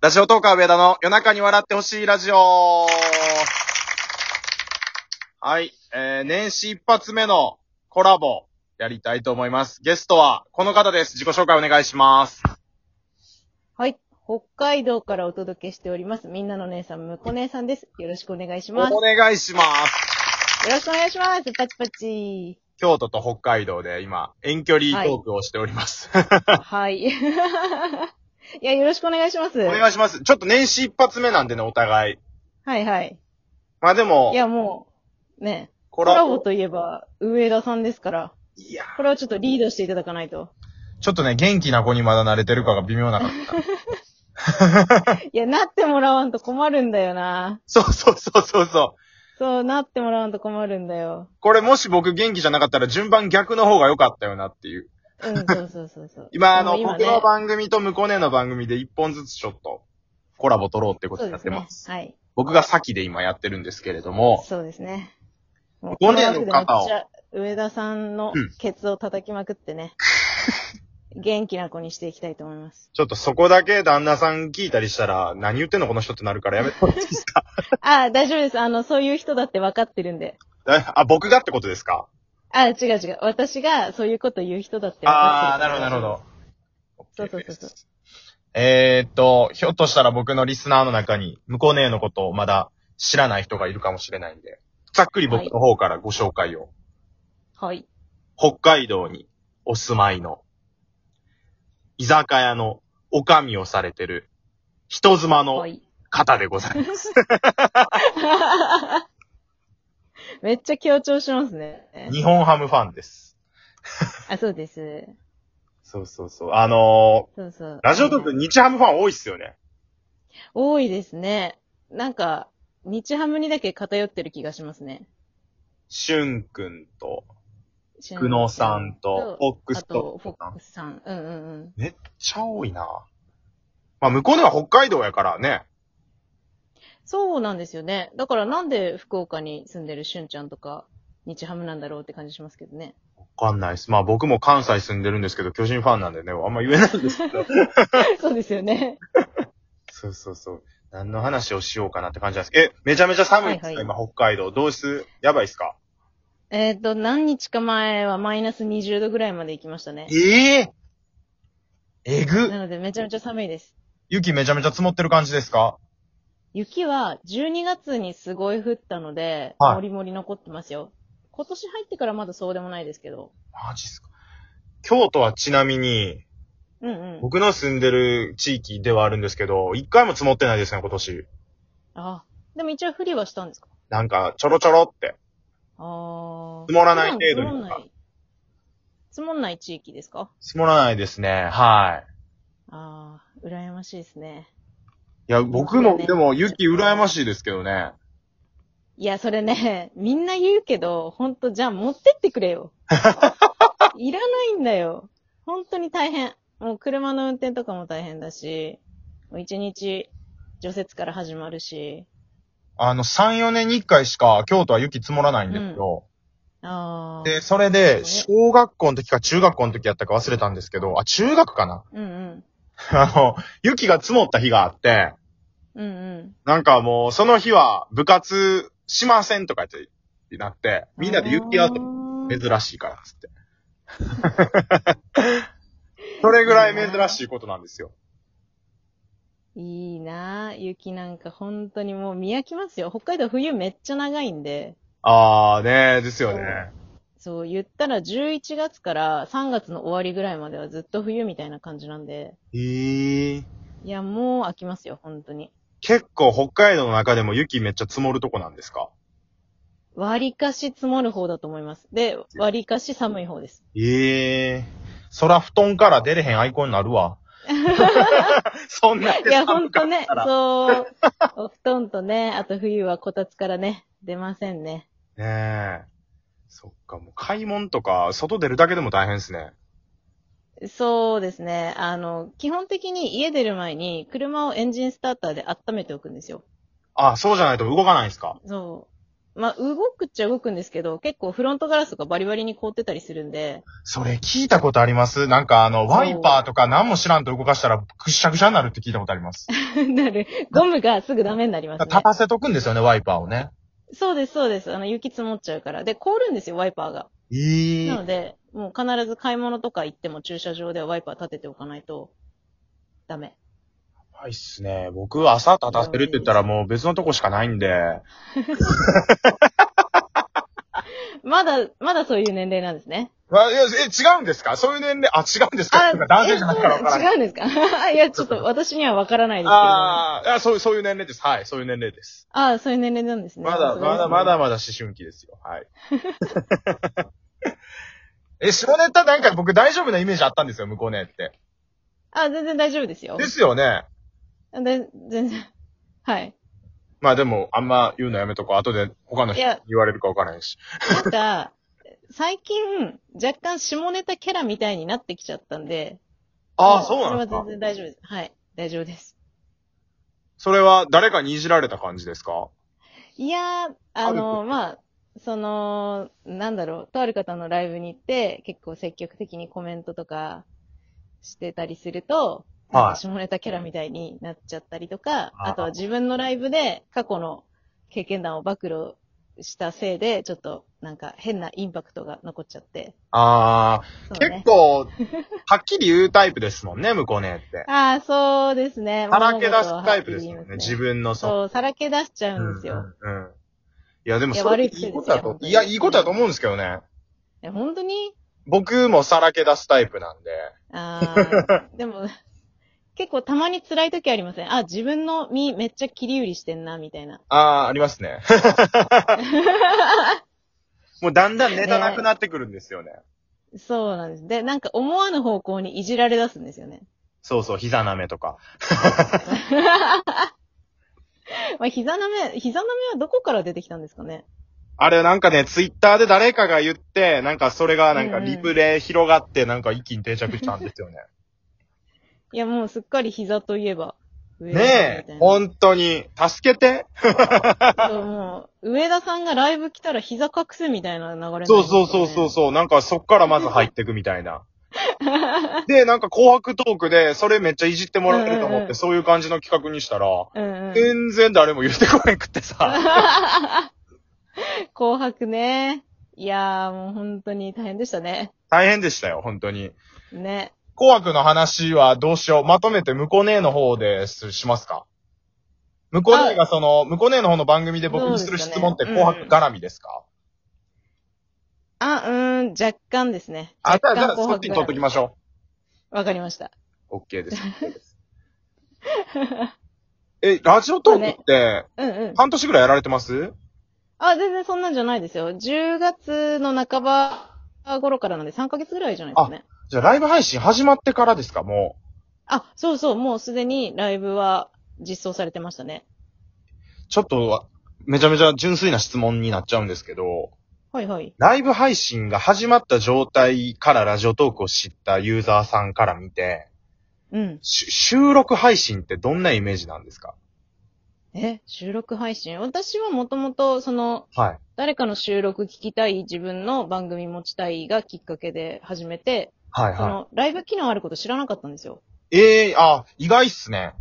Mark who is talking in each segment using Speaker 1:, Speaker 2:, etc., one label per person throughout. Speaker 1: ラジオトーカー上田の夜中に笑ってほしいラジオはい、えー、年始一発目のコラボやりたいと思います。ゲストはこの方です。自己紹介お願いします。
Speaker 2: はい。北海道からお届けしております。みんなの姉さん、むこ姉さんです。よろしくお願いします。
Speaker 1: お
Speaker 2: よ
Speaker 1: 願いします。
Speaker 2: ろしくお願いします。パチパチ。
Speaker 1: 京都と北海道で今、遠距離トークをしております。
Speaker 2: はい。いや、よろしくお願いします。
Speaker 1: お願いします。ちょっと年始一発目なんでね、お互い。
Speaker 2: はいはい。
Speaker 1: まあでも
Speaker 2: い、や、もう、ね、
Speaker 1: コ
Speaker 2: コラボといえば、上田さんですから、
Speaker 1: いや、
Speaker 2: これはちょっとリードしていただかないと。
Speaker 1: ちょっとね、元気な子にまだ慣れてるかが微妙な 感じ。
Speaker 2: いや、なってもらわんと困るんだよな。
Speaker 1: そうそうそうそうそう。
Speaker 2: そう、なってもらわんと困るんだよ。
Speaker 1: これもし僕元気じゃなかったら順番逆の方が良かったよなっていう。。
Speaker 2: うん、そうそうそうそう
Speaker 1: 今、あの、
Speaker 2: もう
Speaker 1: 僕の番組と向こうねの番組で一本ずつちょっとコラボ撮ろうってこと
Speaker 2: そう
Speaker 1: にな
Speaker 2: で
Speaker 1: っ
Speaker 2: す
Speaker 1: て
Speaker 2: ね
Speaker 1: ま。す。
Speaker 2: はい。
Speaker 1: 僕が先で今やってるんですけれども、
Speaker 2: そうですね。もう
Speaker 1: ご年の方を
Speaker 2: この枠で私は上田さんの
Speaker 1: うん
Speaker 2: ケツを叩きまくってね、 元気な子にしていきたいと思います。
Speaker 1: ちょっとそこだけ旦那さん聞いたりしたら、何言ってんのこの人ってなるからや めてもらっていいですか
Speaker 2: ああ、大丈夫です。あの、そういう人だって分かってるんで。
Speaker 1: だあ、僕がってことですか
Speaker 2: ああ、違う違う。私がそういうこと言う人だって分
Speaker 1: あ
Speaker 2: か
Speaker 1: あー、
Speaker 2: って
Speaker 1: なるほど、
Speaker 2: るから。
Speaker 1: なるほど。
Speaker 2: そうそうそうそう。
Speaker 1: えー、っと、ひょっとしたら僕のリスナーの中に、向こう姉のことをまだ知らない人がいるかもしれないんで、ざっくり僕の方からご紹介を。
Speaker 2: はい。
Speaker 1: 北海道にお住まいの、居酒屋のおかみをされてる、人妻の
Speaker 2: はい。
Speaker 1: 方でございます。
Speaker 2: めっちゃ強調しますね。
Speaker 1: 日本ハムファンです。
Speaker 2: あ、そうです。
Speaker 1: そうそうそう。あの
Speaker 2: そうそう
Speaker 1: ー、。ラジオトーク日ハムファン多いっすよね。
Speaker 2: 多いですね。なんか、日ハムにだけ偏ってる気がしますね。
Speaker 1: しゅんくんと、久野さんと、フォック
Speaker 2: あ
Speaker 1: ス
Speaker 2: と
Speaker 1: と、、
Speaker 2: フォックスさん。うんうんうん。
Speaker 1: めっちゃ多いなまあ、向こうでは北海道やからね。
Speaker 2: そうなんですよね。だからなんで福岡に住んでるしゅんちゃんとか、日ハムなんだろうって感じしますけどね。
Speaker 1: わかんないです。まあ、僕も関西住んでるんですけど、巨人ファンなんでね、あんま言えないんですけど。
Speaker 2: そうですよね。
Speaker 1: そうそうそう。何の話をしようかなって感じなんですけど。え、めちゃめちゃ寒いですか、
Speaker 2: はいはい
Speaker 1: 今、北海道。どうすやばいっすか
Speaker 2: えっと、何日か前はマイナス20度ぐらいまで行きましたね。
Speaker 1: えええ
Speaker 2: な
Speaker 1: ぐ
Speaker 2: のでめちゃめちゃ寒いです。
Speaker 1: 雪めちゃめちゃ積もってる感じですか
Speaker 2: 雪は12月にすごい降ったので、
Speaker 1: はい
Speaker 2: もりもり残ってますよ。今年入ってからまだそうでもないですけど。
Speaker 1: マジっすか京都はちなみに、
Speaker 2: うんうん。
Speaker 1: 僕の住んでる地域ではあるんですけど、一回も積もってないですね、今年。
Speaker 2: あでも一応降りはしたんですか
Speaker 1: なんか、ちょろちょろって。
Speaker 2: ああ。
Speaker 1: 積もらない程度に
Speaker 2: 積もんない。積もんない地域ですか
Speaker 1: 積もらないですね、はい。
Speaker 2: ああ、羨ましいですね。
Speaker 1: いや、僕も、
Speaker 2: そうね
Speaker 1: でも、雪羨ましいですけどね。
Speaker 2: いや、それね、 みんな言うけど、ほんと、じゃあ持ってってく れよ。いらないんだよ。本当に大変。もう車の運転とかも大変だし、もう一日除雪から始まるし、
Speaker 1: あの、3、4年に1回しか、京都は雪積もらないんですよ。
Speaker 2: ああ、
Speaker 1: で、それで、
Speaker 2: そ
Speaker 1: 小学校の時か中学校の時やったか忘れたんですけど、あ、中学かな
Speaker 2: うんうん、
Speaker 1: あの、雪が積もった日があって、
Speaker 2: うんうん。
Speaker 1: なんかもう、その日は部活しませんとか言って、なって、みんなで雪遊び、
Speaker 2: び
Speaker 1: 珍しいから、つって。 それぐらい珍しいことなんですよ。
Speaker 2: いいなぁ、雪なんか本当にもう見飽きますよ。北海道冬めっちゃ長いんで、
Speaker 1: あーねですよね。
Speaker 2: そう、言ったら11月から3月の終わりぐらいまではずっと冬みたいな感じなんで、
Speaker 1: へー。
Speaker 2: いや、もう飽きますよ、本当に。
Speaker 1: 結構北海道の中でも雪めっちゃ積もるとこなんですか
Speaker 2: 割りかし積もる方だと思います。で、割りかし寒い方です。
Speaker 1: ええー。そら布団から出れへんアイコンになる わ。そんな。
Speaker 2: いや、ほんとね
Speaker 1: 寒かった、ら
Speaker 2: そう、お布団とね、あと冬はこたつからね、出ませんね。
Speaker 1: ねえ。そっか、もう買い物とか、外出るだけでも大変ですね。
Speaker 2: そうですね。あの、基本的に家出る前に車をエンジンスターターで温めておくんですよ。
Speaker 1: あ、そうじゃないと動かないんすか
Speaker 2: そまあ、動くっちゃ動くんですけど、結構フロントガラスとかバリバリに凍ってたりするんで、
Speaker 1: それ聞いたことありますなんかあの、ワイパーとか何も知らんと動かしたらぐしゃぐしゃになるって聞いたことあります。
Speaker 2: なる。ゴムがすぐダメになりますね
Speaker 1: 立。たせとくんですよね、ワイパーをね。
Speaker 2: そうです、そうです。あの、雪積もっちゃうから。で、凍るんですよ、ワイパーが。
Speaker 1: え
Speaker 2: な
Speaker 1: ー
Speaker 2: の。で、もう必ず買い物とか行っても駐車場ではワイパー立てておかないと、ダメ。
Speaker 1: ないっすね。僕、朝立たせるって言ったらもう別のとこしかないんで。
Speaker 2: まだ、まだそういう年齢なんですね。
Speaker 1: わいやえ、違うんですかそういう年齢、あ、違うんですか男性じゃないからわから
Speaker 2: え
Speaker 1: ない。
Speaker 2: 違うんですか いや、ちょっと私にはわからないですけど。あ
Speaker 1: ああ、いや、そう、そういう年齢です。はい、そういう年齢です。
Speaker 2: あー、そういう年齢なんですね。
Speaker 1: まだ、
Speaker 2: そうですね
Speaker 1: まだ、まだ。まだ思春期ですよ。 はい。え、下ネタなんか僕大丈夫なイメージあったんですよ、向こうねって。
Speaker 2: あ、全然大丈夫ですよ。
Speaker 1: ですよね。
Speaker 2: で全然。はい。
Speaker 1: まあでも、あんま言うのやめとこう。後で他の人
Speaker 2: いや
Speaker 1: に言われるかわからへんし。
Speaker 2: なんか、最近、若干下ネタキャラみたいになってきちゃったんで。
Speaker 1: あ
Speaker 2: も
Speaker 1: あ、そうなんです
Speaker 2: それは
Speaker 1: か
Speaker 2: 全然大丈夫です。はい。大丈夫です。
Speaker 1: それは誰かにいじられた感じですか
Speaker 2: いやー、あ
Speaker 1: あ
Speaker 2: の、まあ、その、なんだろう、とある方のライブに行って、結構積極的にコメントとかしてたりすると、
Speaker 1: はい
Speaker 2: なんか下ネタキャラみたいになっちゃったりとか、
Speaker 1: あー
Speaker 2: あとは自分のライブで過去の経験談を暴露したせいで、ちょっとなんか変なインパクトが残っちゃって。
Speaker 1: あ
Speaker 2: そ
Speaker 1: あ、
Speaker 2: うね
Speaker 1: 結構、はっきり言うタイプですもんね、向こうね って。
Speaker 2: ああ、そうですね。
Speaker 1: さらけ出
Speaker 2: 物
Speaker 1: す
Speaker 2: 事は
Speaker 1: タイプですもん
Speaker 2: は
Speaker 1: ね、
Speaker 2: っきり言います
Speaker 1: 自分のそ
Speaker 2: そう、さらけ出しちゃ
Speaker 1: う
Speaker 2: うんですよ。
Speaker 1: うんうんうんいや、でも
Speaker 2: いや
Speaker 1: それ
Speaker 2: 悪
Speaker 1: い
Speaker 2: い癖
Speaker 1: い
Speaker 2: です
Speaker 1: こ
Speaker 2: よ
Speaker 1: とだと
Speaker 2: 本、当
Speaker 1: い
Speaker 2: に
Speaker 1: や、いいことだと思うんですけどね。
Speaker 2: え、本当に
Speaker 1: 僕もさらけ出すタイプなんで。
Speaker 2: あ あ、でも、結構たまに辛い時ありませんあ、自分の身めっちゃ切り売りしてんな、みたいな。
Speaker 1: ああ、あります ね。もうだんだんネタなくなってくるんですよね。
Speaker 2: そうなんです。で、なんか思わぬ方向にいじられ出すんですよね。
Speaker 1: そうそう、膝舐めとか。
Speaker 2: まあ、膝舐め、膝舐めはどこから出てきたんですかね
Speaker 1: あれなんかね、ツイッターで誰かが言って、なんかそれがなんかリプレイ広がって、なんか一気に定着したんですよね。
Speaker 2: いや、もうすっかり膝と いえば、上田さんみ
Speaker 1: ね
Speaker 2: た
Speaker 1: え
Speaker 2: い、な。
Speaker 1: 本当に、助けて。
Speaker 2: そうもう、上田さんがライブ来たら膝隠すみたいな流れになりますよ
Speaker 1: そう
Speaker 2: ね
Speaker 1: そうそうそうそう、なんかそっからまず入ってくみたいな。で、なんか紅白トークで、それめっちゃいじってもらえると思
Speaker 2: うん
Speaker 1: っ
Speaker 2: うんう
Speaker 1: て、
Speaker 2: ん
Speaker 1: そういう感じの企画にしたら、
Speaker 2: うんうん。
Speaker 1: 全然誰も言ってこなくってさ。
Speaker 2: 紅白ね。いやー、もう本当に大変でしたね。
Speaker 1: 大変でしたよ、本当に。
Speaker 2: ね。
Speaker 1: 紅白の話はどうしよう。まとめて、向こう姉の方です、しますか向こう姉がその、向こう姉の方の番組で僕にする質問って
Speaker 2: どうですかね
Speaker 1: 紅白絡みですか
Speaker 2: あ、うーん、若干ですね。
Speaker 1: あ、じゃあ、じゃあ、
Speaker 2: 若干
Speaker 1: そっちに取っときましょ
Speaker 2: わかりました。
Speaker 1: う。OK です。OK ですえ、ラジオトークって、
Speaker 2: うんうん。
Speaker 1: 半年ぐらいやられてます
Speaker 2: あ、全然そんなんじゃないですよ。10月の半ば頃からなんで3ヶ月ぐらいじゃないですかね。
Speaker 1: じゃあ、ライブ配信始まってからですか、も
Speaker 2: あそうそう、もうすでにライブは実装されてましたね。
Speaker 1: う。ちょっと、めちゃめちゃ純粋な質問になっちゃうんですけど、
Speaker 2: はいはい。
Speaker 1: ライブ配信が始まった状態からラジオトークを知ったユーザーさんから見て、
Speaker 2: うん。
Speaker 1: し収録配信ってどんなイメージなんですか
Speaker 2: え、収録配信私はもともと、その、
Speaker 1: はい。
Speaker 2: 誰かの収録聞きたい、自分の番組持ちたいがきっかけで始めて、
Speaker 1: はい
Speaker 2: そ
Speaker 1: は
Speaker 2: の、ライブ機能あること知らなかったんですよ。
Speaker 1: い。ええあ、意外っすね。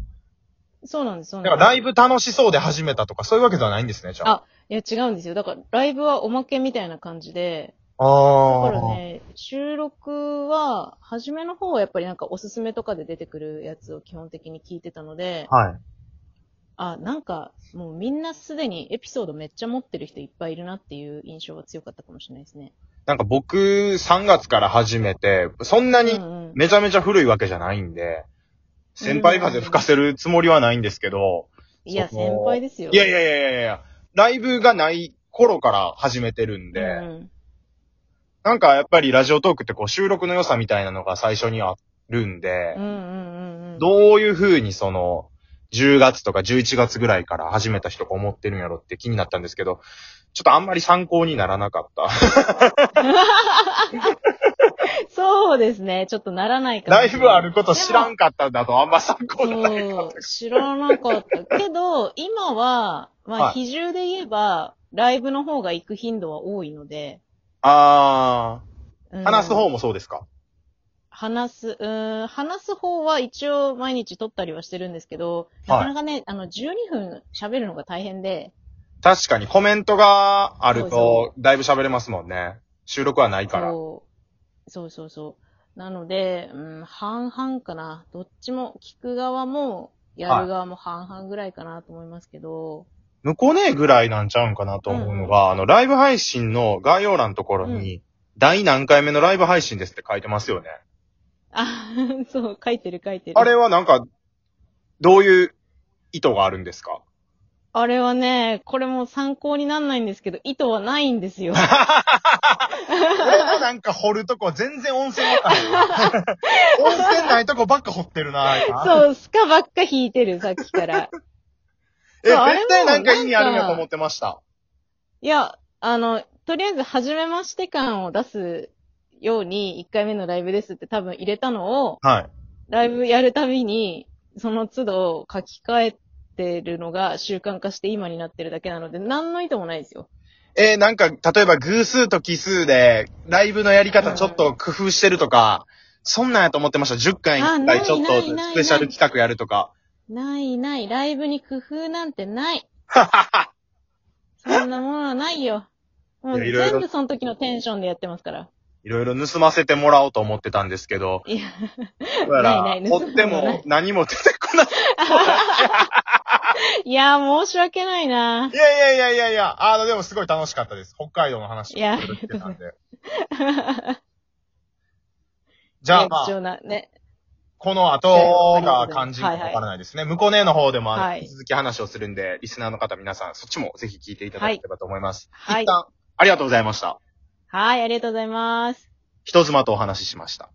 Speaker 2: そうなんです、そう
Speaker 1: だ
Speaker 2: な
Speaker 1: か
Speaker 2: んで
Speaker 1: ら
Speaker 2: す。
Speaker 1: ライブ楽しそうで始めたとかそういうわけではないんですね、じゃあ。
Speaker 2: あいや、違うんですよ。だから、ライブはおまけみたいな感じで、だ
Speaker 1: あ
Speaker 2: か
Speaker 1: あ
Speaker 2: らね、収録は、初めの方はやっぱりなんかおすすめとかで出てくるやつを基本的に聞いてたので、
Speaker 1: はい。
Speaker 2: あ、なんか、もうみんなすでにエピソードめっちゃ持ってる人いっぱいいるなっていう印象が強かったかもしれないですね。
Speaker 1: なんか僕、3月から始めて、そんな
Speaker 2: うん
Speaker 1: に
Speaker 2: うん。
Speaker 1: めちゃめちゃ古いわけじゃないんで、先輩風吹かせるつもりはないんですけど、
Speaker 2: いや、
Speaker 1: その
Speaker 2: 先輩ですよ。
Speaker 1: いやいやいやいやいや、ライブがない頃から始めてるんで、
Speaker 2: うん
Speaker 1: なんかやっぱりラジオトークってこう収録の良さみたいなのが最初にあるんで
Speaker 2: うん、うんうんうん。
Speaker 1: どういう風にその、10月とか11月ぐらいから始めた人が思ってるんやろって気になったんですけど、ちょっとあんまり参考にならなかった。
Speaker 2: そうですね。ちょっとならないかもし
Speaker 1: ライ
Speaker 2: れない
Speaker 1: ブあること知らんかったんだとあんま参考にならなかっ
Speaker 2: そう、知らなかった。けど、今は、ま
Speaker 1: は
Speaker 2: あ、
Speaker 1: い
Speaker 2: 比重で言えば、ライブの方が行く頻度は多いので。
Speaker 1: あ
Speaker 2: うん
Speaker 1: ー、話す方もそうですか、
Speaker 2: 話す、うーん、話す方は一応毎日撮ったりはしてるんですけど、
Speaker 1: は
Speaker 2: ないかなかね、あの、12分喋るのが大変で、
Speaker 1: 確かにコメントがある
Speaker 2: そ
Speaker 1: と、だいぶ喋れますもんね。収録はないから。
Speaker 2: そうそうそうそう。なので、うん、半々かな。どっちも、聞く側も、やる側も半々ぐらいかなと思いますけど、
Speaker 1: 向こうねぐらいなんちゃうんかなと思うのが、あの、ライブ配信の概要欄のところに、第何回目のライブ配信ですって書いてますよね。
Speaker 2: あ、 そう、書いてる書いてる。
Speaker 1: あれはなんか、どういう意図があるんですか
Speaker 2: あれはね、これも参考になんないんですけど、意図はないんですよ。
Speaker 1: 俺もなんか掘るとこ全然温泉わかんない。 温泉ないとこばっか掘ってるな今
Speaker 2: そう、スカばっか引いてる、さっきから。
Speaker 1: え、
Speaker 2: そうあれも
Speaker 1: 絶対なんか意味あるんやと思ってました。
Speaker 2: いや、あの、とりあえず、初めまして感を出すように、1回目のライブですって多分入れたのを、
Speaker 1: はい。
Speaker 2: ライブやるたびに、その都度書き換えてるのが習慣化して今になってるだけなので、何の意図もないですよ。
Speaker 1: えーなんか、例えば偶数と奇数で、ライブのやり方ちょっと工夫してるとか、そんなんやと思ってました。10回に1回
Speaker 2: あ
Speaker 1: ちょっ
Speaker 2: な
Speaker 1: と
Speaker 2: いないないない
Speaker 1: スペシャル企画やるとか。
Speaker 2: ないない、ライブに工夫なんて ない。そんなものはないよ。もう
Speaker 1: いやいろいろ
Speaker 2: 全部その時のテンションでやってますから。
Speaker 1: いろいろ盗ませてもらおうと思ってたんですけど。
Speaker 2: いや、
Speaker 1: だから
Speaker 2: ないない盗
Speaker 1: 掘
Speaker 2: んでも
Speaker 1: っても何も出てこ ない。。
Speaker 2: いや申し訳ないない
Speaker 1: やいやいやいやいや、あの、でもすごい楽しかったです。北海道の話
Speaker 2: いや
Speaker 1: とかできてたんで。じゃあま
Speaker 2: 貴
Speaker 1: あ、
Speaker 2: 重な、ね。
Speaker 1: この後が肝心かわからないですね。向こうねの方でもあの
Speaker 2: はい
Speaker 1: 引き続き話をするんで、リスナーの方皆さん、そっちもぜひ聞いていただければと思います。
Speaker 2: はい
Speaker 1: 一旦、ありがとうございました。
Speaker 2: はい、ありがとうございます。
Speaker 1: 人妻とお話ししました。